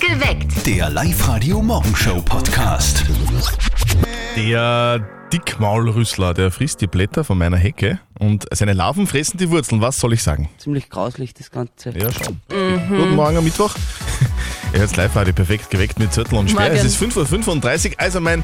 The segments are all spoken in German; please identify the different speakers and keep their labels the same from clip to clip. Speaker 1: Geweckt.
Speaker 2: Der Live-Radio-Morgenshow-Podcast.
Speaker 3: Der Dickmaulrüssler, der frisst die Blätter von meiner Hecke und seine Larven fressen die Wurzeln. Was soll ich sagen?
Speaker 4: ziemlich grauslich, das Ganze.
Speaker 3: Ja, schon.
Speaker 5: Mhm.
Speaker 3: Guten Morgen am Mittwoch. Er jetzt live heute perfekt geweckt mit Zettel und Sperr.
Speaker 5: Morgen.
Speaker 3: Es ist 5.35 Uhr. Also mein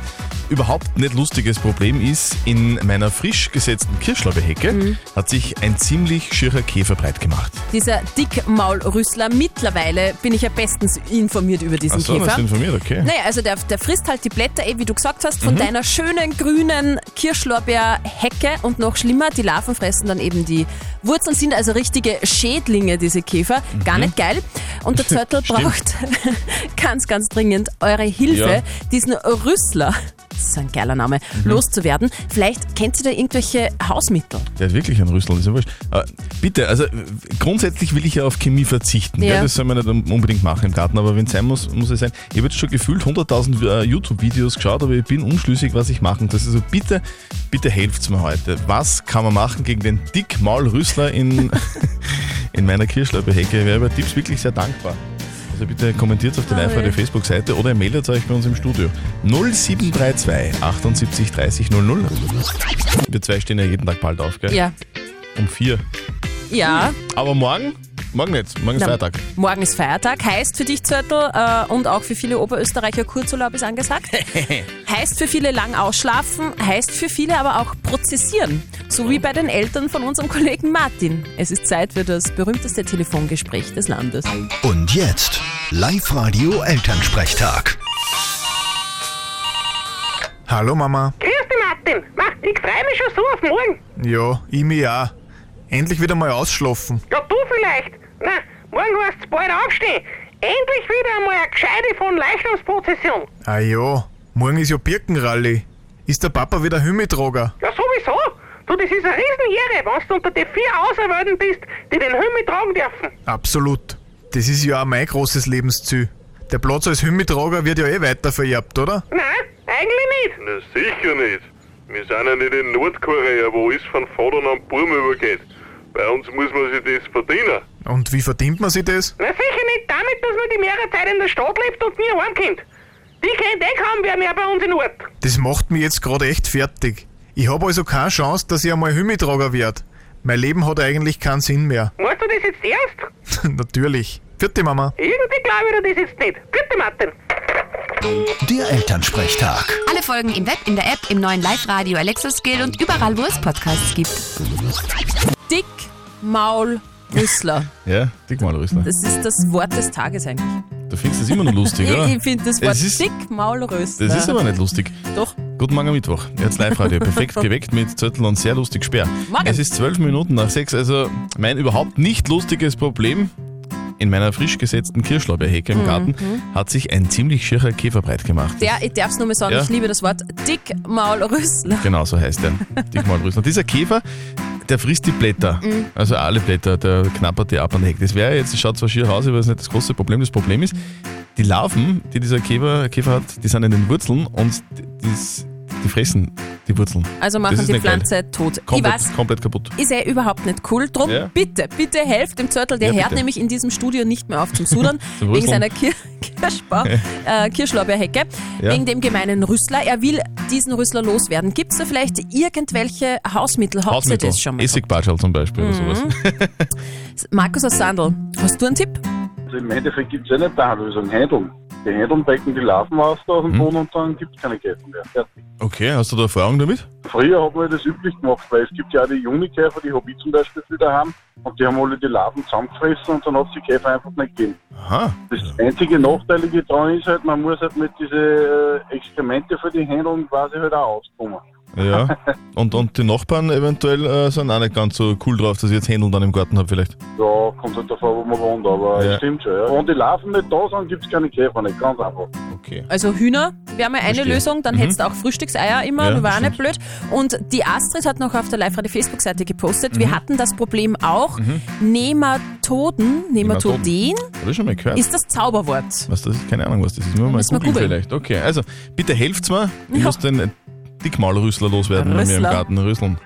Speaker 3: überhaupt nicht lustiges Problem ist, in meiner frisch gesetzten Kirschlaubehecke
Speaker 5: Mhm.
Speaker 3: hat sich ein ziemlich schirrer Käfer breit gemacht.
Speaker 5: Dieser Dickmaulrüssler, mittlerweile bin ich ja bestens informiert über diesen
Speaker 3: Achso,
Speaker 5: Käfer.
Speaker 3: hast du informiert, okay.
Speaker 5: Naja, also der, der frisst halt die Blätter, eh, wie du gesagt hast, von deiner schönen grünen Kirschlorbeerhecke und noch schlimmer, die Larven fressen dann eben die Wurzeln, sind also richtige Schädlinge, diese Käfer. Gar nicht geil. Und der Zörtel
Speaker 3: Stimmt.
Speaker 5: braucht ganz, ganz dringend eure Hilfe, diesen Rüssler, das ist ein geiler Name, loszuwerden. Vielleicht kennt ihr da irgendwelche Hausmittel.
Speaker 3: Der hat wirklich einen Rüssel, das ist ja wurscht. Aber bitte, also äh, grundsätzlich will ich ja auf Chemie verzichten. Ja.
Speaker 5: Ja.
Speaker 3: das soll man nicht unbedingt machen im Garten, aber wenn es sein muss, muss es sein. Ich habe jetzt schon gefühlt 100.000 äh, YouTube-Videos geschaut, aber ich bin unschlüssig, was ich machen soll. Also bitte, bitte helft's mir heute. Was kann man machen gegen den Dickmaulrüssler in, in meiner Kirschleibehecke? Ich wäre über Tipps wirklich sehr dankbar. Also bitte kommentiert auf
Speaker 5: Ah,
Speaker 3: der live radio Facebook-Seite oder ihr meldet euch bei uns im Studio. 0732 78 30 00. Wir zwei stehen ja jeden Tag bald auf, gell?
Speaker 5: Ja,
Speaker 3: Um vier.
Speaker 5: ja.
Speaker 3: Aber morgen? Morgen nicht. Morgen ist
Speaker 5: Na,
Speaker 3: Freitag.
Speaker 5: Morgen ist Feiertag, heißt für dich Zörtel äh, und auch für viele Oberösterreicher Kurzurlaub ist angesagt. heißt für viele lang ausschlafen, heißt für viele aber auch prozessieren. So wie bei den Eltern von unserem Kollegen Martin. Es ist Zeit für das berühmteste Telefongespräch des Landes.
Speaker 2: Und jetzt Live-Radio-Elternsprechtag.
Speaker 6: Hallo Mama.
Speaker 7: Grüß dich, Martin. Ma, ich freue mich schon so auf morgen.
Speaker 6: Ja, ich mich auch. Endlich wieder mal ausschlafen.
Speaker 7: Ja, du vielleicht. Na, morgen heißt's bald aufstehen. Endlich wieder einmal eine gescheite von Leichnamsprozession.
Speaker 6: Ah ja, morgen ist ja Birkenrallye. Ist der Papa wieder Hümmitrager?
Speaker 7: Ja, sowieso. Du, das ist eine Riesenehre, wenn du unter die vier Auserwählten bist, die den Himmel tragen dürfen.
Speaker 6: Absolut. Das ist ja auch mein großes Lebensziel. Der Platz als Hümmitrager wird ja eh weiter vererbt, oder?
Speaker 7: Nein, eigentlich nicht.
Speaker 8: Na sicher nicht. Wir sind ja nicht in Nordkorea, wo alles von Vater an Burm übergeht. Bei uns muss man sich das verdienen.
Speaker 6: Und wie verdient man sich das?
Speaker 7: Na, sicher nicht damit, dass man die mehrere Zeit in der Stadt lebt und nie heimkommt. Die kennt eh kaum wer mehr bei uns in Ort.
Speaker 6: Das macht mich jetzt gerade echt fertig. Ich habe also keine Chance, dass ich einmal Hümmitrager werde. Mein Leben hat eigentlich keinen Sinn mehr.
Speaker 7: Meinst du das jetzt ernst?
Speaker 6: Natürlich. Vierte Mama.
Speaker 7: Irgendwie glaube ich dir das jetzt nicht. Bitte, Martin.
Speaker 2: Der Elternsprechtag.
Speaker 1: Alle Folgen im Web, in der App, im neuen Live-Radio Alexa Skill und überall, wo es Podcasts gibt.
Speaker 5: Dick, Maul, Rüssler.
Speaker 3: Ja, Dickmaulrüssler.
Speaker 5: Das ist das Wort des Tages eigentlich.
Speaker 3: Du findest das immer noch lustig, oder?
Speaker 5: Ich, ich finde das Wort
Speaker 3: Es ist-
Speaker 5: Dick, Maul, Rüssler.
Speaker 3: Das ist aber nicht lustig.
Speaker 5: Doch.
Speaker 3: Guten Morgen am Mittwoch. Jetzt Live-Radio. Perfekt geweckt mit Zettel und sehr lustig Sperr.
Speaker 5: Morgen.
Speaker 3: Es ist zwölf Minuten nach sechs. Also mein überhaupt nicht lustiges Problem. In meiner frisch gesetzten Kirschlorbeerhecke im Garten hat sich ein ziemlich schirrer Käfer breit gemacht.
Speaker 5: Mhm. Der, ich darf es nur mal sagen,
Speaker 3: Ja.
Speaker 5: ich liebe das Wort Dick, Maul, Rüssler.
Speaker 3: Genau, so heißt er. Dickmaulrüssler. Dieser Käfer, der frisst die Blätter.
Speaker 5: Mhm.
Speaker 3: Also alle Blätter, der knappert die ab und heckt. Das wäre jetzt, das schaut zwar schier aus, aber das ist nicht das große Problem. Das Problem ist, die Larven, die dieser Käfer, Käfer hat, die sind in den Wurzeln und die, die fressen die Wurzeln.
Speaker 5: Also
Speaker 3: Das
Speaker 5: machen
Speaker 3: ist
Speaker 5: die
Speaker 3: nicht geil.
Speaker 5: Pflanze tot.
Speaker 3: Komplett,
Speaker 5: Ich weiß,
Speaker 3: komplett kaputt.
Speaker 5: ist eh überhaupt nicht cool. Drum
Speaker 3: Ja.
Speaker 5: bitte, bitte helft dem Zörtel. Der
Speaker 3: Ja,
Speaker 5: hört
Speaker 3: bitte.
Speaker 5: nämlich in diesem Studio nicht mehr auf zum Sudern,
Speaker 3: Zum
Speaker 5: wegen
Speaker 3: Rüsseln.
Speaker 5: seiner Kir Kirschbau, äh, Kirschlorbeerhecke,
Speaker 3: Ja.
Speaker 5: wegen dem gemeinen Rüssler. Er will diesen Rüssler loswerden. Gibt es da vielleicht irgendwelche Hausmittel? Habt ihr
Speaker 3: Hausmittel,
Speaker 5: das schon mal? Mhm.
Speaker 3: Essigbatschel zum Beispiel oder sowas.
Speaker 5: gehabt? Markus aus Sandl, hast du einen Tipp?
Speaker 9: Also im Endeffekt gibt es ja nicht eine Lösung. Händeln. Die Händeln decken die Larven aus da aus dem Boden und dann gibt es keine Käfer mehr. Fertig.
Speaker 3: Okay, hast du da Erfahrung damit?
Speaker 9: Früher hat man das üblich gemacht, weil es gibt ja auch die Junikäfer, die habe ich zum Beispiel wieder haben, und die haben alle die Larven zusammengefressen und dann hat es die Käfer einfach nicht gegeben.
Speaker 3: Aha.
Speaker 9: Das einzige Nachteilige daran ist halt, man muss halt mit diese äh, Exkremente für die Händeln quasi halt auch auskommen.
Speaker 3: Ja. Und, und die Nachbarn eventuell äh, sind auch nicht ganz so cool drauf, dass ich jetzt Händeln dann im Garten habe vielleicht.
Speaker 9: Ja, kommt halt davon, wo man wohnt, aber
Speaker 3: Ja.
Speaker 9: es stimmt schon. Ja. Wenn die Larven nicht da sind, gibt es keine Käfer, nicht ganz einfach.
Speaker 3: Okay.
Speaker 5: Also Hühner wäre mal eine
Speaker 3: Verstehe.
Speaker 5: Lösung, dann
Speaker 3: Mhm.
Speaker 5: hättest du auch Frühstückseier immer,
Speaker 3: Ja,
Speaker 5: nur war auch
Speaker 3: stimmt.
Speaker 5: nicht blöd. Und die Astrid hat noch auf der live Facebook-Seite gepostet,
Speaker 3: Mhm.
Speaker 5: wir hatten das Problem auch, Nematoden,
Speaker 3: Nematoden.
Speaker 5: Nematodin
Speaker 3: Habe ich schon mal gehört.
Speaker 5: ist das Zauberwort.
Speaker 3: Was das ist? Keine Ahnung, was das ist. Müssen wir mal
Speaker 5: Müssen wir
Speaker 3: googeln
Speaker 5: googeln.
Speaker 3: vielleicht. Okay, also bitte helft's mir. Ich
Speaker 5: Ja.
Speaker 3: muss den Dickmaulrüssler loswerden bei mir im
Speaker 5: Rüssler.
Speaker 3: Garten. Rüsseln.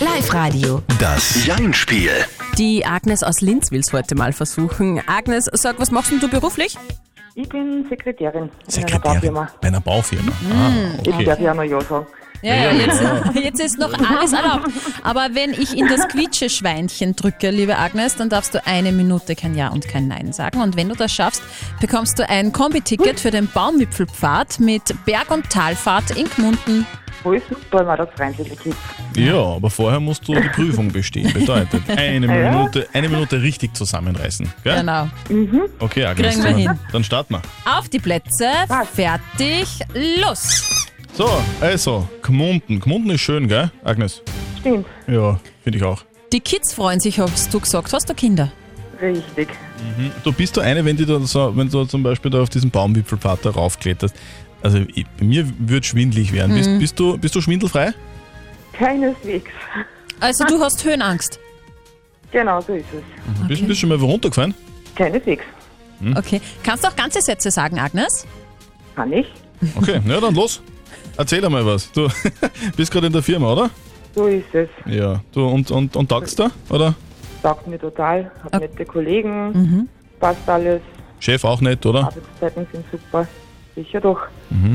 Speaker 1: Live-Radio.
Speaker 2: Das Jein-Spiel.
Speaker 10: Die Agnes aus Linz will es heute mal versuchen. Agnes, sag, was machst denn du beruflich?
Speaker 11: Ich bin Sekretärin,
Speaker 3: Sekretärin
Speaker 11: Baufirma.
Speaker 3: bei einer Baufirma.
Speaker 5: Mhm.
Speaker 3: Ah, okay.
Speaker 11: darf ich auch noch Ja sagen.
Speaker 5: Ja, ja, jetzt, jetzt ist noch alles erlaubt. Aber wenn ich in das Quietscheschweinchen drücke, liebe Agnes, dann darfst du eine Minute kein Ja und kein Nein sagen. Und wenn du das schaffst, bekommst du ein Kombiticket für den Baumwipfelpfad mit Berg- und Talfahrt in Gmunden.
Speaker 11: Voll super, war das freundliche Kind.
Speaker 3: Ja, aber vorher musst du die Prüfung bestehen. Bedeutet, eine
Speaker 11: Ja.
Speaker 3: Minute, eine Minute richtig zusammenreißen. Gell?
Speaker 5: Genau.
Speaker 3: Okay, Agnes,
Speaker 5: Kriegen wir
Speaker 3: dann,
Speaker 5: hin.
Speaker 3: dann starten wir.
Speaker 5: Auf die Plätze, fertig, los!
Speaker 3: So, also, Gmunden. Gmunden ist schön, gell, Agnes?
Speaker 11: Stimmt,
Speaker 3: Ja, finde ich auch.
Speaker 5: Die Kids freuen sich, hast du gesagt. Hast du Kinder?
Speaker 11: richtig.
Speaker 3: Du bist du eine, wenn, die da so, wenn du zum Beispiel da auf diesen Baumwipfelpfad da raufkletterst. Also ich, bei mir wird schwindelig werden.
Speaker 5: Mhm.
Speaker 3: Bist, bist, du, bist du schwindelfrei?
Speaker 11: Keineswegs.
Speaker 5: Also du hast Höhenangst.
Speaker 11: Genau so ist es.
Speaker 3: Bist, bist du schon mal runtergefallen?
Speaker 11: Keineswegs.
Speaker 5: Okay. Kannst du auch ganze Sätze sagen, Agnes?
Speaker 11: Kann ich?
Speaker 3: Okay, na dann los. Erzähl einmal was. Du bist gerade in der Firma, oder?
Speaker 11: So ist es.
Speaker 3: Ja. Du und, und, und taugst da, oder?
Speaker 11: Taugt mir total. Hab nette Kollegen. Passt alles.
Speaker 3: Chef auch nicht, oder?
Speaker 11: Arbeitszeiten sind super. Sicher doch.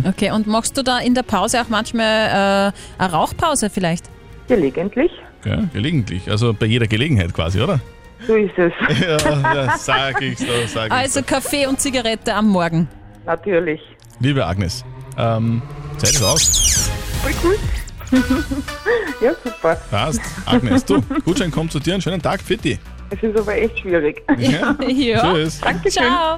Speaker 5: Okay. Und machst du da in der Pause auch manchmal äh, eine Rauchpause vielleicht?
Speaker 11: Gelegentlich.
Speaker 3: Ja, gelegentlich. Also bei jeder Gelegenheit quasi, oder?
Speaker 11: So ist es.
Speaker 3: Ja, ja sag ich's doch, sag ich's
Speaker 5: Also Kaffee und Zigarette am Morgen.
Speaker 11: Natürlich.
Speaker 3: Liebe Agnes, ähm, Zeit ist aus.
Speaker 11: Ja, super.
Speaker 3: Passt. Agnes, du, Gutschein kommt zu dir. Einen schönen Tag, Fitti.
Speaker 11: Es ist aber echt schwierig.
Speaker 3: Ja.
Speaker 5: Ja.
Speaker 3: Tschüss.
Speaker 5: Ciao.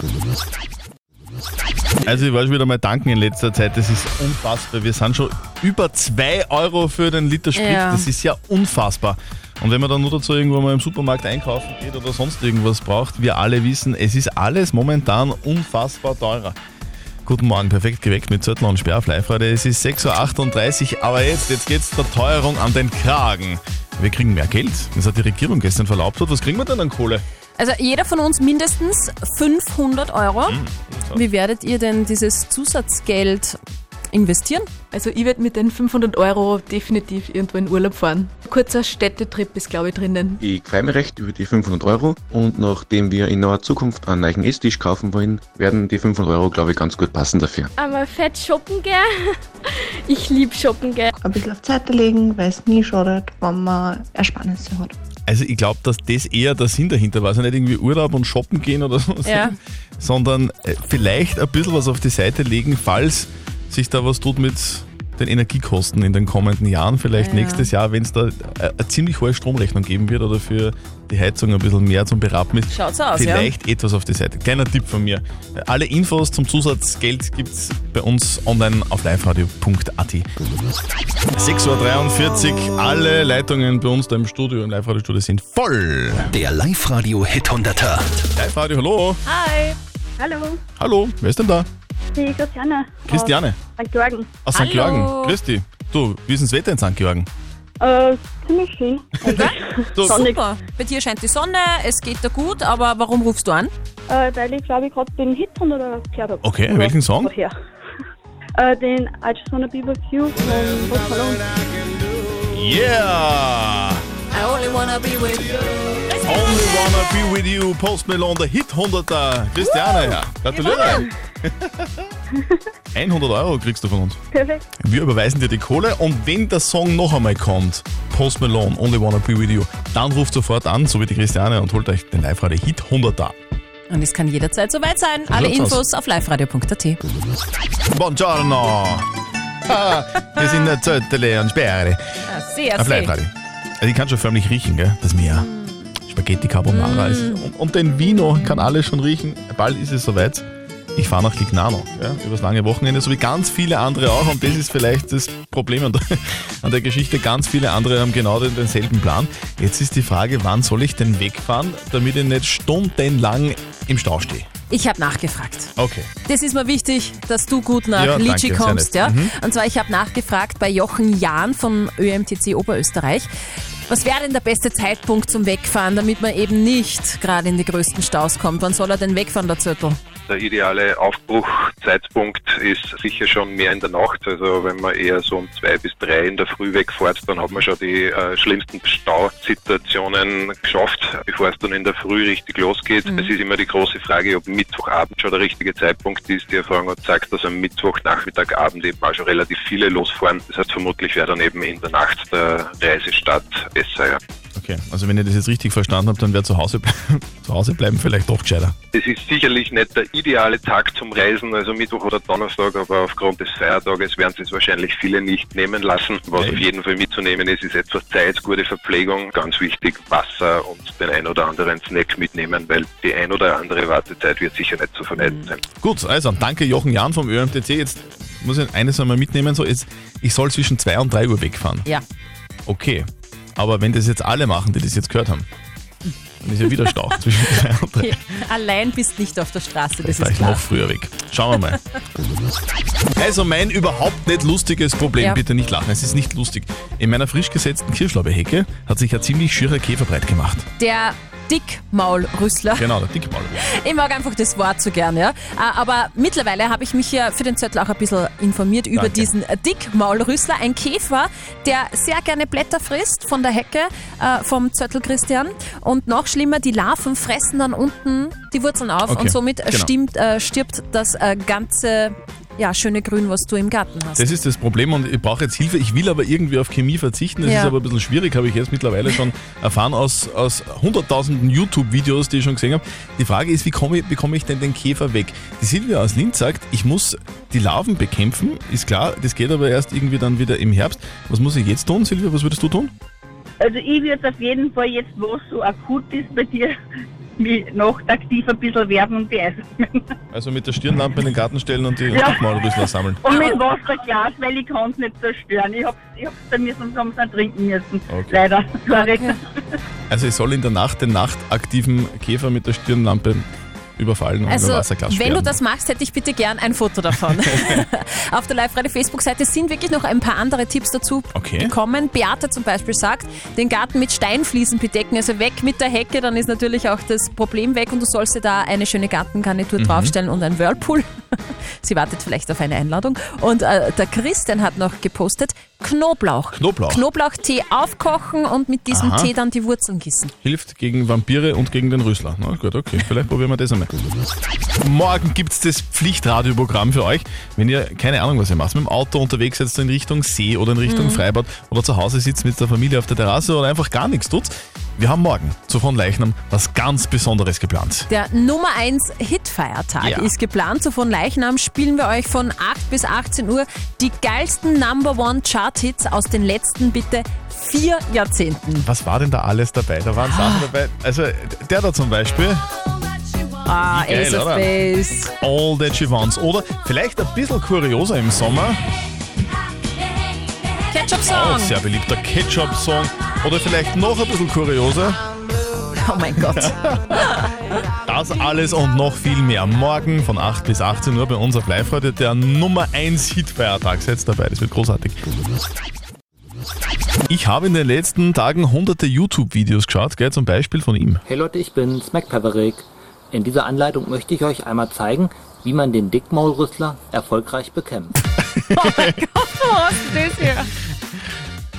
Speaker 3: Also ich war schon wieder mal danken in letzter Zeit, das ist unfassbar. Wir sind schon über 2 Euro für den Liter Sprit,
Speaker 10: Ja.
Speaker 3: das ist ja unfassbar. Und wenn man dann nur dazu irgendwo mal im Supermarkt einkaufen geht oder sonst irgendwas braucht, wir alle wissen, es ist alles momentan unfassbar teurer. Guten Morgen, perfekt geweckt mit Zettel und Sperr, Fleifreude. Es ist 6.38 Uhr, aber jetzt, jetzt geht's der Teuerung an den Kragen. Wir kriegen mehr Geld. Das hat die Regierung gestern verlaubt. Was kriegen wir denn an Kohle?
Speaker 10: Also jeder von uns mindestens 500 Euro.
Speaker 3: Mhm.
Speaker 10: Wie werdet ihr denn dieses Zusatzgeld investieren?
Speaker 12: Also ich werde mit den 500 Euro definitiv irgendwo in Urlaub fahren. Kurzer Städtetrip ist, glaube ich, drinnen.
Speaker 13: Ich freue mich recht über die 500 Euro und nachdem wir in naher Zukunft einen neuen Esstisch kaufen wollen, werden die 500 Euro, glaube ich, ganz gut passen dafür.
Speaker 12: Einmal fett shoppen gehen. Ich liebe shoppen gehen.
Speaker 11: Ein bisschen auf Zeit legen, weil es nie schadet, wenn man Ersparnisse hat.
Speaker 3: Also ich glaube, dass das eher der Sinn dahinter war. Also nicht irgendwie Urlaub und shoppen gehen oder so,
Speaker 10: Ja.
Speaker 3: sondern äh, vielleicht ein bisschen was auf die Seite legen, falls sich da was tut mit den Energiekosten in den kommenden Jahren. Vielleicht nächstes Jahr, wenn es da äh, eine ziemlich hohe Stromrechnung geben wird oder für die Heizung ein bisschen mehr zum Berappen ist.
Speaker 10: Schaut so aus, ja.
Speaker 3: Vielleicht etwas auf die Seite. Kleiner Tipp von mir. Äh, Alle Infos zum Zusatzgeld gibt's bei uns online auf liveradio.at. 6.43 Uhr, alle Leitungen bei uns da im Studio, im Live-Radio-Studio sind voll.
Speaker 2: Der Live-Radio Hit hunderter
Speaker 3: Live-Radio, hallo.
Speaker 12: Hi.
Speaker 3: Hallo, wer ist denn da?
Speaker 12: Die Christiane.
Speaker 3: Christiane
Speaker 12: St. Georgen.
Speaker 3: aus St.
Speaker 10: Hallo.
Speaker 3: Georgen. Grüß dich. Du, wie ist denn das Wetter in St. Georgen?
Speaker 12: Äh, ziemlich schön.
Speaker 3: Du,
Speaker 10: Super. Bei dir scheint die Sonne, es geht dir gut, aber warum rufst du an?
Speaker 12: Äh, weil ich, glaube ich, gerade den Hit von der gehört habe.
Speaker 3: Okay, welchen Song?
Speaker 12: Woher? Äh, den I Just Wanna Be With You von Post Malone.
Speaker 3: Yeah!
Speaker 10: I only wanna be with you.
Speaker 3: Only wanna be with you, Post Malone, der Hit 100er. Christiane, ja. gratuliere. 100 Euro kriegst du von uns.
Speaker 12: Perfekt.
Speaker 3: Wir überweisen dir die Kohle und wenn der Song noch einmal kommt, Post Malone, Only Wanna Be With You, dann ruft sofort an, so wie die Christiane, und holt euch den Live-Radio-Hit 100 da.
Speaker 10: Und es kann jederzeit soweit sein. Alle
Speaker 3: schaut's
Speaker 10: Infos
Speaker 3: aus.
Speaker 10: auf liveradio.at.
Speaker 3: Buongiorno! Ah, wir sind der Zöttele und Sperre
Speaker 10: Sehr,
Speaker 3: auf Live-Radio. Ah, Also ich kann schon förmlich riechen, gell? das Meer. Spaghetti Carbonara ist, und, und den Vino kann alles schon riechen. Bald ist es soweit. Ich fahre nach Lignano, ja, übers lange Wochenende, so wie ganz viele andere auch. Und das ist vielleicht das Problem an der, an der Geschichte. Ganz viele andere haben genau den, denselben Plan. Jetzt ist die Frage, wann soll ich denn wegfahren, damit ich nicht stundenlang im Stau stehe?
Speaker 10: Ich habe nachgefragt.
Speaker 3: Okay.
Speaker 10: Das ist mir wichtig, dass du gut nach
Speaker 3: Ja, danke,
Speaker 10: Litschi
Speaker 3: sehr
Speaker 10: kommst.
Speaker 3: nett.
Speaker 10: Ja?
Speaker 3: Mhm.
Speaker 10: Und zwar, ich habe nachgefragt bei Jochen Jahn von ÖMTC Oberösterreich. Was wäre denn der beste Zeitpunkt zum Wegfahren, damit man eben nicht gerade in die größten Staus kommt? Wann soll er denn wegfahren, der Zürtel?
Speaker 9: der ideale Aufbruchzeitpunkt ist sicher schon mehr in der Nacht. Also wenn man eher so um zwei bis drei in der Früh wegfährt, dann hat man schon die äh, schlimmsten Stausituationen geschafft, bevor es dann in der Früh richtig losgeht.
Speaker 14: Mhm.
Speaker 9: Es ist immer die große Frage, ob Mittwochabend schon der richtige Zeitpunkt ist. Die Erfahrung hat gesagt, dass am Mittwochnachmittag, Abend eben auch schon relativ viele losfahren. Das heißt, vermutlich wäre dann eben in der Nacht der Reisestart besser. Ja.
Speaker 3: Okay, also wenn ihr das jetzt richtig verstanden habt, dann wäre zu Hause, ble- zu Hause bleiben vielleicht doch gescheiter.
Speaker 9: Es ist sicherlich nicht der ideale Tag zum Reisen, also Mittwoch oder Donnerstag, aber aufgrund des Feiertages werden es wahrscheinlich viele nicht nehmen lassen. Was auf jeden Fall mitzunehmen ist, ist etwas Zeit, gute Verpflegung, ganz wichtig Wasser und den ein oder anderen Snack mitnehmen, weil die ein oder andere Wartezeit wird sicher nicht zu vermeiden sein.
Speaker 3: Gut, also danke Jochen Jahn vom ÖMTC. Jetzt muss ich eines einmal mitnehmen. So, jetzt, ich soll zwischen 2 und 3 Uhr wegfahren.
Speaker 5: Ja.
Speaker 3: Okay, aber wenn das jetzt alle machen, die das jetzt gehört haben, dann ist ja wieder Stau zwischen 2 und 3.
Speaker 5: Allein bist nicht auf der Straße, das ist
Speaker 3: Vielleicht
Speaker 5: klar.
Speaker 3: noch früher weg. Schauen wir mal. Also mein überhaupt nicht lustiges Problem,
Speaker 5: Ja.
Speaker 3: bitte nicht lachen, es ist nicht lustig. In meiner frisch gesetzten Kirschlaubehecke hat sich ein ziemlich schierer Käfer breit gemacht.
Speaker 5: Der Dickmaulrüssler.
Speaker 3: Genau, der Dickmaul.
Speaker 5: Ich mag einfach das Wort so gern, ja. Äh, Aber mittlerweile habe ich mich ja für den Zettel auch ein bisschen informiert über
Speaker 3: Danke.
Speaker 5: diesen Dickmaulrüssler, ein Käfer, der sehr gerne Blätter frisst von der Hecke äh, vom Zettel Christian. Und noch schlimmer, die Larven fressen dann unten die Wurzeln auf
Speaker 3: Okay,
Speaker 5: und somit
Speaker 3: genau.
Speaker 5: stimmt, äh, stirbt das äh, ganze ja, schöne Grün, was du im Garten hast.
Speaker 3: Das ist das Problem und ich brauche jetzt Hilfe. Ich will aber irgendwie auf Chemie verzichten. Das
Speaker 5: Ja.
Speaker 3: ist aber ein bisschen schwierig, habe ich jetzt mittlerweile schon erfahren aus, aus hunderttausenden YouTube-Videos, die ich schon gesehen habe. Die Frage ist, wie komme ich, bekomme ich denn den Käfer weg? Die Silvia aus Linz sagt, ich muss die Larven bekämpfen. Ist klar, das geht aber erst irgendwie dann wieder im Herbst. Was muss ich jetzt tun, Silvia? Was würdest du tun?
Speaker 15: Also ich würde auf jeden Fall jetzt, wo es so akut ist bei dir, mich noch aktiv ein bisschen werden und beeisen.
Speaker 3: Also mit der Stirnlampe in den Garten stellen und die
Speaker 15: Ja.
Speaker 3: Dickmaulrüssler sammeln.
Speaker 15: Und mit Wasserglas, halt weil ich kann es nicht zerstören. Ich hab's, ich hab's dann müssen, sonst haben sie dann trinken müssen. Leider. Sorry.
Speaker 3: Also ich soll in der Nacht den nachtaktiven Käfer mit der Stirnlampe überfallen und
Speaker 5: Also,
Speaker 3: mit dem Wasserglas
Speaker 5: wenn du
Speaker 3: sperren.
Speaker 5: das machst, hätte ich bitte gern ein Foto davon. Auf der Live-Radio-Facebook-Seite sind wirklich noch ein paar andere Tipps dazu
Speaker 3: Okay.
Speaker 5: gekommen. Beate zum Beispiel sagt, den Garten mit Steinfliesen bedecken, also weg mit der Hecke, dann ist natürlich auch das Problem weg und du sollst dir da eine schöne Gartengarnitur
Speaker 16: Mhm.
Speaker 5: draufstellen und ein Whirlpool. Sie wartet vielleicht auf eine Einladung. Und äh, der Christian hat noch gepostet, Knoblauch.
Speaker 3: Knoblauch.
Speaker 5: Knoblauchtee aufkochen und mit diesem
Speaker 3: Aha.
Speaker 5: Tee dann die Wurzeln gießen.
Speaker 3: Hilft gegen Vampire und gegen den Rüssler. Na gut, okay, vielleicht probieren wir das einmal. Morgen gibt es das Pflichtradioprogramm für euch. Wenn ihr, keine Ahnung, was ihr macht, mit dem Auto unterwegs seid, so in Richtung See oder in Richtung
Speaker 17: Mhm.
Speaker 3: Freibad oder zu Hause sitzt mit der Familie auf der Terrasse oder einfach gar nichts tut, wir haben morgen zu von Leichnam was ganz Besonderes geplant.
Speaker 5: Der Nummer 1 Hitfeiertag
Speaker 3: Ja.
Speaker 5: ist geplant. So von Leichnam spielen wir euch von 8 bis 18 Uhr die geilsten Number One Chart-Hits aus den letzten bitte vier Jahrzehnten.
Speaker 3: Was war denn da alles dabei? Da waren Sachen dabei. Also der da zum Beispiel.
Speaker 5: Ah,
Speaker 3: Geil,
Speaker 5: Ace of
Speaker 3: oder?
Speaker 5: Base.
Speaker 3: All That She Wants. Oder vielleicht ein bisschen kurioser im Sommer.
Speaker 5: Ketchup
Speaker 3: Auch
Speaker 5: Song.
Speaker 3: sehr beliebter Ketchup-Song. Oder vielleicht noch ein bisschen kurioser.
Speaker 5: Oh mein Gott.
Speaker 3: Das alles und noch viel mehr morgen von 8 bis 18 Uhr bei uns auf live heute der Nummer 1 Hit-Feiertag. Seid dabei, das wird großartig. Ich habe in den letzten Tagen hunderte YouTube-Videos geschaut, gell, zum Beispiel von ihm.
Speaker 18: Hey Leute, ich bin Smack Paverick. In dieser Anleitung möchte ich euch einmal zeigen, wie man den Dickmaulrüssler erfolgreich bekämpft.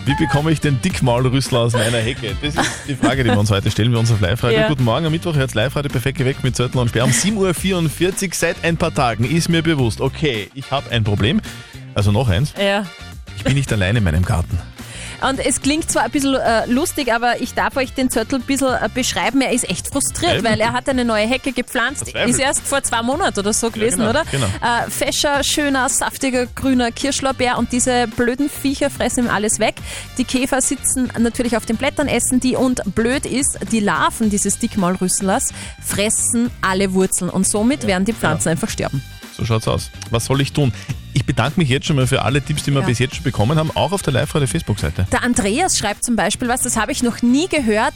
Speaker 3: Wie bekomme ich den Dickmaulrüssler aus meiner Hecke? Das ist die Frage, die wir uns heute stellen. Wir uns auf Live-Radio.
Speaker 17: Ja.
Speaker 3: Guten Morgen, am Mittwoch hört Live-Radio perfekt geweckt mit Zöttl und Sperr. Um 7.44 Uhr seit ein paar Tagen ist mir bewusst, okay, ich habe ein Problem. Also noch eins,
Speaker 5: Ja.
Speaker 3: ich bin nicht allein in meinem Garten.
Speaker 5: Und es klingt zwar ein bisschen äh, lustig, aber ich darf euch den Zörtel ein bisschen äh, beschreiben. Er ist echt frustriert,
Speaker 3: Eben.
Speaker 5: weil er hat eine neue Hecke gepflanzt.
Speaker 3: Verzweifelt.
Speaker 5: Ist erst vor zwei Monaten oder so gewesen,
Speaker 3: genau,
Speaker 5: oder?
Speaker 3: genau.
Speaker 5: Äh, fescher, schöner, saftiger, grüner Kirschlorbeer und diese blöden Viecher fressen ihm alles weg. Die Käfer sitzen natürlich auf den Blättern, essen die und blöd ist, die Larven dieses Dickmaulrüsslers fressen alle Wurzeln und somit werden die Pflanzen
Speaker 3: genau.
Speaker 5: einfach sterben.
Speaker 3: So schaut's aus. Was soll ich tun? Ich bedanke mich jetzt schon mal für alle Tipps, die wir
Speaker 5: Ja.
Speaker 3: bis jetzt schon bekommen haben, auch auf der Live-Radio-Facebook-Seite.
Speaker 5: Der Andreas schreibt zum Beispiel was, das habe ich noch nie gehört.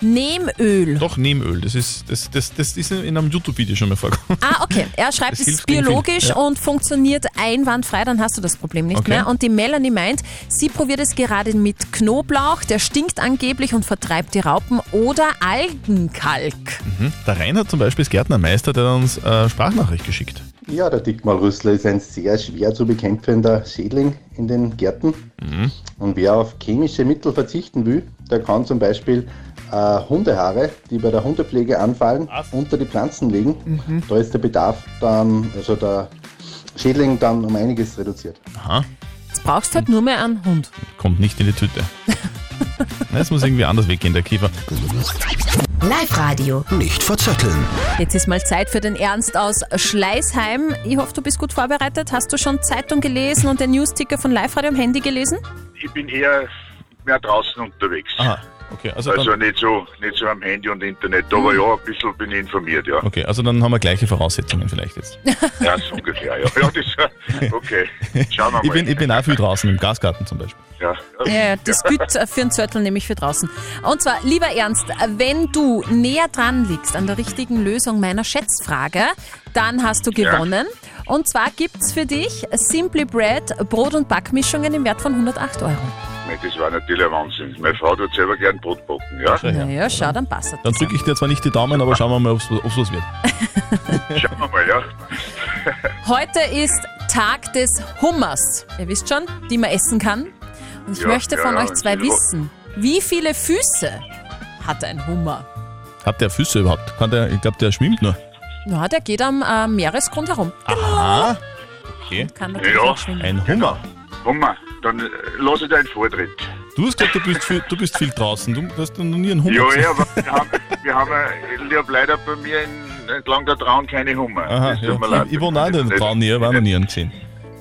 Speaker 5: Nehmöl.
Speaker 3: Doch, Nehmöl. Das ist, das, das, das ist in einem YouTube-Video schon mal vorgekommen.
Speaker 5: Ah, okay. Er schreibt,
Speaker 3: Das
Speaker 5: es ist
Speaker 3: hilft gegen viel.
Speaker 5: biologisch
Speaker 3: Ja.
Speaker 5: und funktioniert einwandfrei, dann hast du das Problem nicht
Speaker 3: Okay.
Speaker 5: mehr. Und die Melanie meint, sie probiert es gerade mit Knoblauch, der stinkt angeblich und vertreibt die Raupen oder Algenkalk.
Speaker 3: Mhm. Der Reinhard zum Beispiel ist Gärtnermeister, der hat uns äh, Sprachnachricht geschickt.
Speaker 14: Ja, der Dickmalrüssler ist ein sehr schwer zu bekämpfender Schädling in den Gärten.
Speaker 3: Mhm.
Speaker 14: Und wer auf chemische Mittel verzichten will, der kann zum Beispiel äh, Hundehaare, die bei der Hundepflege anfallen, unter die Pflanzen legen. Da ist der Bedarf dann, also der Schädling dann um einiges reduziert.
Speaker 3: Aha,
Speaker 5: Jetzt brauchst du halt nur mehr einen Hund.
Speaker 3: kommt nicht in die Tüte. Nein, es muss irgendwie anders weggehen, der Käfer.
Speaker 5: Live Radio.
Speaker 2: Nicht verzetteln.
Speaker 5: Jetzt ist mal Zeit für den Ernst aus Schleißheim. Ich hoffe, du bist gut vorbereitet. Hast du schon Zeitung gelesen und den Newsticker von Live Radio am Handy gelesen?
Speaker 16: Ich bin eher mehr draußen unterwegs.
Speaker 3: Aha, okay. Also,
Speaker 16: Also,
Speaker 3: dann, Hm.
Speaker 16: nicht, so, nicht so am Handy und Internet, aber ja, ein bisschen bin ich informiert, ja.
Speaker 3: okay, also dann haben wir gleiche Voraussetzungen vielleicht jetzt.
Speaker 16: Ja, so ungefähr, ja. ja das, okay, schauen wir mal.
Speaker 3: Ich bin, ich bin auch viel draußen, im Gasgarten zum Beispiel.
Speaker 16: ja.
Speaker 5: Ja, ja, das gilt äh, für einen Zörtel nämlich für draußen. Und zwar, lieber Ernst, wenn du näher dran liegst an der richtigen Lösung meiner Schätzfrage, dann hast du
Speaker 10: Ja.
Speaker 5: gewonnen. Und zwar gibt's für dich Simply Bread Brot- und Backmischungen im Wert von 108 Euro.
Speaker 16: Mei, Das war natürlich ein Wahnsinn. Meine Frau tut selber gern Brot backen, ja.
Speaker 5: Naja, schau, dann passt
Speaker 3: Dann drücke ich dir zwar nicht die Daumen, aber schauen wir mal, ob es was wird.
Speaker 16: Schauen wir mal, ja.
Speaker 5: Heute ist Tag des Hummers. Ihr wisst schon, die man essen kann. Und ich
Speaker 3: Ja,
Speaker 5: möchte
Speaker 3: ja,
Speaker 5: von
Speaker 3: ja,
Speaker 5: euch zwei
Speaker 3: ich will-
Speaker 5: wissen, wie viele Füße hat ein Hummer?
Speaker 3: Hat der Füße überhaupt? Kann der, ich glaube, der schwimmt nur.
Speaker 5: Ja, der geht am äh, Meeresgrund herum. Genau.
Speaker 3: Aha. Okay.
Speaker 5: Kann natürlich
Speaker 16: Ja,
Speaker 5: auch schwimmen.
Speaker 3: Ein Hummer.
Speaker 16: Hummer, dann äh, lass ich deinen Vortritt.
Speaker 3: Du hast gesagt, du bist viel, du bist viel draußen. Du hast noch nie einen Hummer
Speaker 16: Ja,
Speaker 3: gesehen.
Speaker 16: ja, aber wir haben, wir haben, äh, ich habe leider bei mir in, entlang der Traun keine Hummer.
Speaker 3: Aha,
Speaker 16: das tut mir
Speaker 3: ja.
Speaker 16: leid.
Speaker 3: Ich, ich war noch nicht in der Traunähe, ich war noch nie einen gesehen.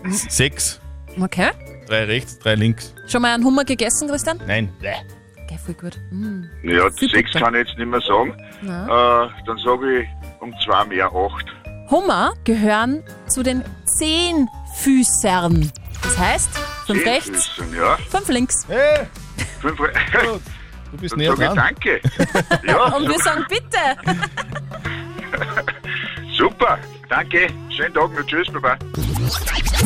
Speaker 3: Sechs.
Speaker 5: Okay.
Speaker 3: Drei rechts, drei links.
Speaker 5: Schon mal einen Hummer gegessen, Christian?
Speaker 3: Nein.
Speaker 5: Okay, voll gut. Mm.
Speaker 16: Ja, sechs kann ich jetzt nicht mehr sagen.
Speaker 5: Na.
Speaker 16: Äh, dann sage ich um zwei mehr, acht.
Speaker 5: Hummer gehören zu den Zehnfüßern. Das heißt, fünf
Speaker 16: Zehn
Speaker 5: rechts,
Speaker 16: Eh Füßen, ja.
Speaker 5: fünf links.
Speaker 16: Fünf re
Speaker 3: Du
Speaker 16: bist
Speaker 3: näher dran.
Speaker 16: Danke. Ja,
Speaker 5: Und wir
Speaker 16: so-
Speaker 5: sagen bitte.
Speaker 16: super. Danke. Schönen Tag noch. Tschüss, Baba.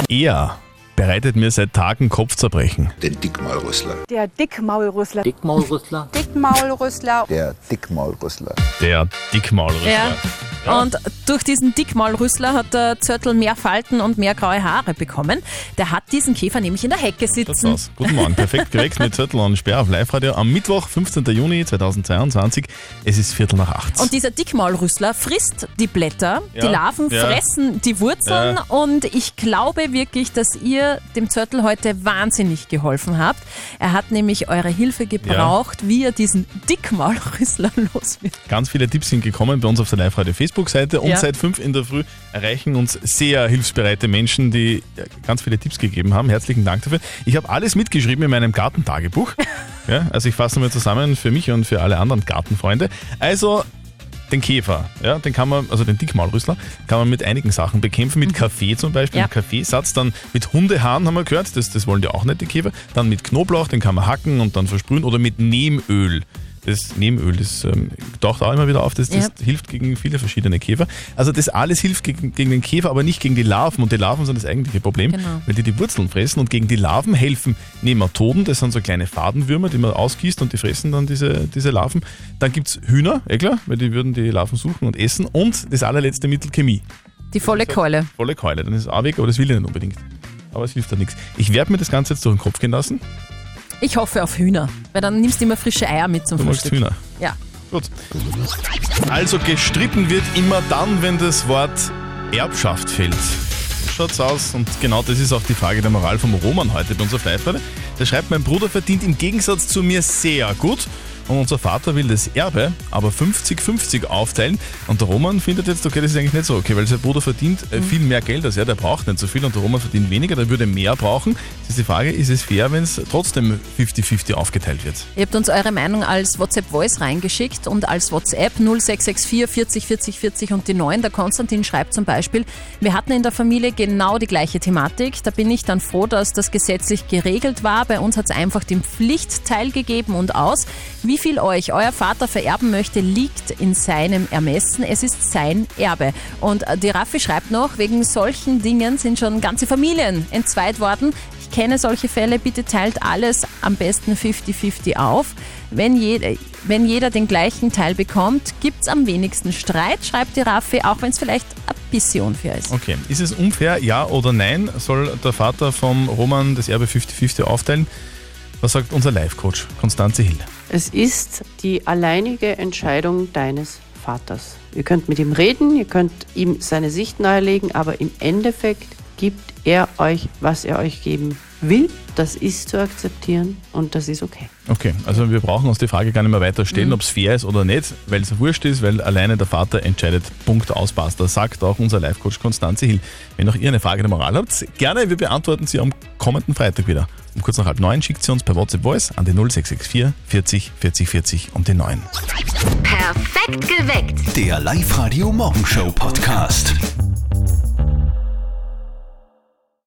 Speaker 3: Er bereitet mir seit Tagen Kopfzerbrechen. Den Dickmalrüssler.
Speaker 17: Der Dickmaulrüssler.
Speaker 18: Dickmaulrüssler.
Speaker 17: Dickmaulrüssler.
Speaker 2: Der Dickmaulrüssler.
Speaker 3: Der Dickmalrüssler.
Speaker 5: Ja. Und durch diesen Dickmaulrüssler hat der Zörtel mehr Falten und mehr graue Haare bekommen. Der hat diesen Käfer nämlich in der Hecke sitzen.
Speaker 3: Servus. Guten Morgen, perfekt gewechselt mit Zettel und Sperr auf Live-Radio am Mittwoch, 15. Juni 2022. Es ist Viertel nach acht.
Speaker 5: Und dieser Dickmaulrüssler frisst die Blätter,
Speaker 3: Ja,
Speaker 5: die Larven
Speaker 3: ja.
Speaker 5: fressen die Wurzeln
Speaker 3: Ja.
Speaker 5: und ich glaube wirklich, dass ihr dem Zörtel heute wahnsinnig geholfen habt. Er hat nämlich eure Hilfe gebraucht, wie er diesen Dickmaulrüssler los wird.
Speaker 3: Ganz viele Tipps sind gekommen bei uns auf der Live-Radio-Facebook-Seite und
Speaker 5: Ja.
Speaker 3: seit fünf in der Früh erreichen uns sehr hilfsbereite Menschen, die ja, ganz viele Tipps gegeben haben. Herzlichen Dank dafür. Ich habe alles mitgeschrieben in meinem Gartentagebuch. ja, also ich fasse mal zusammen für mich und für alle anderen Gartenfreunde. Also den Käfer, ja, den kann man, also den Dickmaulrüssler, kann man mit einigen Sachen bekämpfen, mit Kaffee zum Beispiel,
Speaker 5: Mhm. Ja.
Speaker 3: mit Kaffeesatz, dann mit Hundehaaren haben wir gehört, das, das wollen die auch nicht, die Käfer, dann mit Knoblauch, den kann man hacken und dann versprühen oder mit Nehmöl. Das Nehmöl, das ähm, taucht auch immer wieder auf, das, das
Speaker 5: Ja.
Speaker 3: hilft gegen viele verschiedene Käfer. Also das alles hilft gegen, gegen den Käfer, aber nicht gegen die Larven und die Larven sind das eigentliche Problem,
Speaker 5: Genau.
Speaker 3: weil die die Wurzeln fressen und gegen die Larven helfen Nematoden, das sind so kleine Fadenwürmer, die man ausgießt und die fressen dann diese, diese Larven. Dann gibt es Hühner, eh klar, weil die würden die Larven suchen und essen und das allerletzte Mittel Chemie.
Speaker 5: Die volle Keule.
Speaker 3: Volle Keule, dann ist es auch weg, aber das will ich nicht unbedingt. Aber es hilft da nichts. Ich werde mir das Ganze jetzt durch den Kopf gehen lassen.
Speaker 5: Ich hoffe auf Hühner, weil dann nimmst du immer frische Eier mit zum
Speaker 3: Du magst
Speaker 5: Frühstück.
Speaker 3: Hühner.
Speaker 5: Ja.
Speaker 3: Gut. Also gestritten wird immer dann, wenn das Wort Erbschaft fällt. So Schaut's aus und genau das ist auch die Frage der Moral vom Roman heute bei uns auf live -Rede. Der schreibt, mein Bruder verdient im Gegensatz zu mir sehr gut und unser Vater will das Erbe aber 50-50 aufteilen und der Roman findet jetzt, okay, das ist eigentlich nicht so okay, weil sein Bruder verdient äh, viel mehr Geld als er, der braucht nicht so viel und der Roman verdient weniger, der würde mehr brauchen. Das ist die Frage, ist es fair, wenn es trotzdem 50-50 aufgeteilt wird?
Speaker 5: Ihr habt uns eure Meinung als WhatsApp-Voice reingeschickt und als WhatsApp 0664 40 40 40 und die 9. Der Konstantin schreibt zum Beispiel, wir hatten in der Familie genau die gleiche Thematik. Da bin ich dann froh, dass das gesetzlich geregelt war. Bei uns hat es einfach den Pflichtteil gegeben und aus. Wie wie viel euch euer Vater vererben möchte, liegt in seinem Ermessen. Es ist sein Erbe. Und äh, die Raffi schreibt noch, wegen solchen Dingen sind schon ganze Familien entzweit worden. Ich kenne solche Fälle, bitte teilt alles am besten 50-50 auf. Wenn, je, wenn jeder den gleichen Teil bekommt, gibt's am wenigsten Streit, schreibt die Raffi, auch wenn es vielleicht ein bisschen unfair ist.
Speaker 3: Okay. Ist es unfair, ja oder nein? Soll der Vater vom Roman das Erbe 50-50 aufteilen? Was sagt unser Live-Coach Konstanze Hill?
Speaker 4: Es ist die alleinige Entscheidung deines Vaters. Ihr könnt mit ihm reden, ihr könnt ihm seine Sicht nahelegen, aber im Endeffekt gibt er euch, was er euch geben will. Das ist zu akzeptieren und das ist okay.
Speaker 3: Okay, also wir brauchen uns die Frage gar nicht mehr weiter stellen, ob es fair ist oder nicht, weil es wurscht ist, weil alleine der Vater entscheidet. Punkt aus, basta. Sagt auch unser Live-Coach Konstanze Hill. Wenn auch ihr eine Frage der Moral habt, gerne, wir beantworten sie am kommenden Freitag wieder. Um kurz nach halb neun schickt sie uns per WhatsApp Voice an die 0664 40 40 40 und die 9.
Speaker 1: Perfekt geweckt.
Speaker 2: Der Live-Radio Morgenshow Podcast.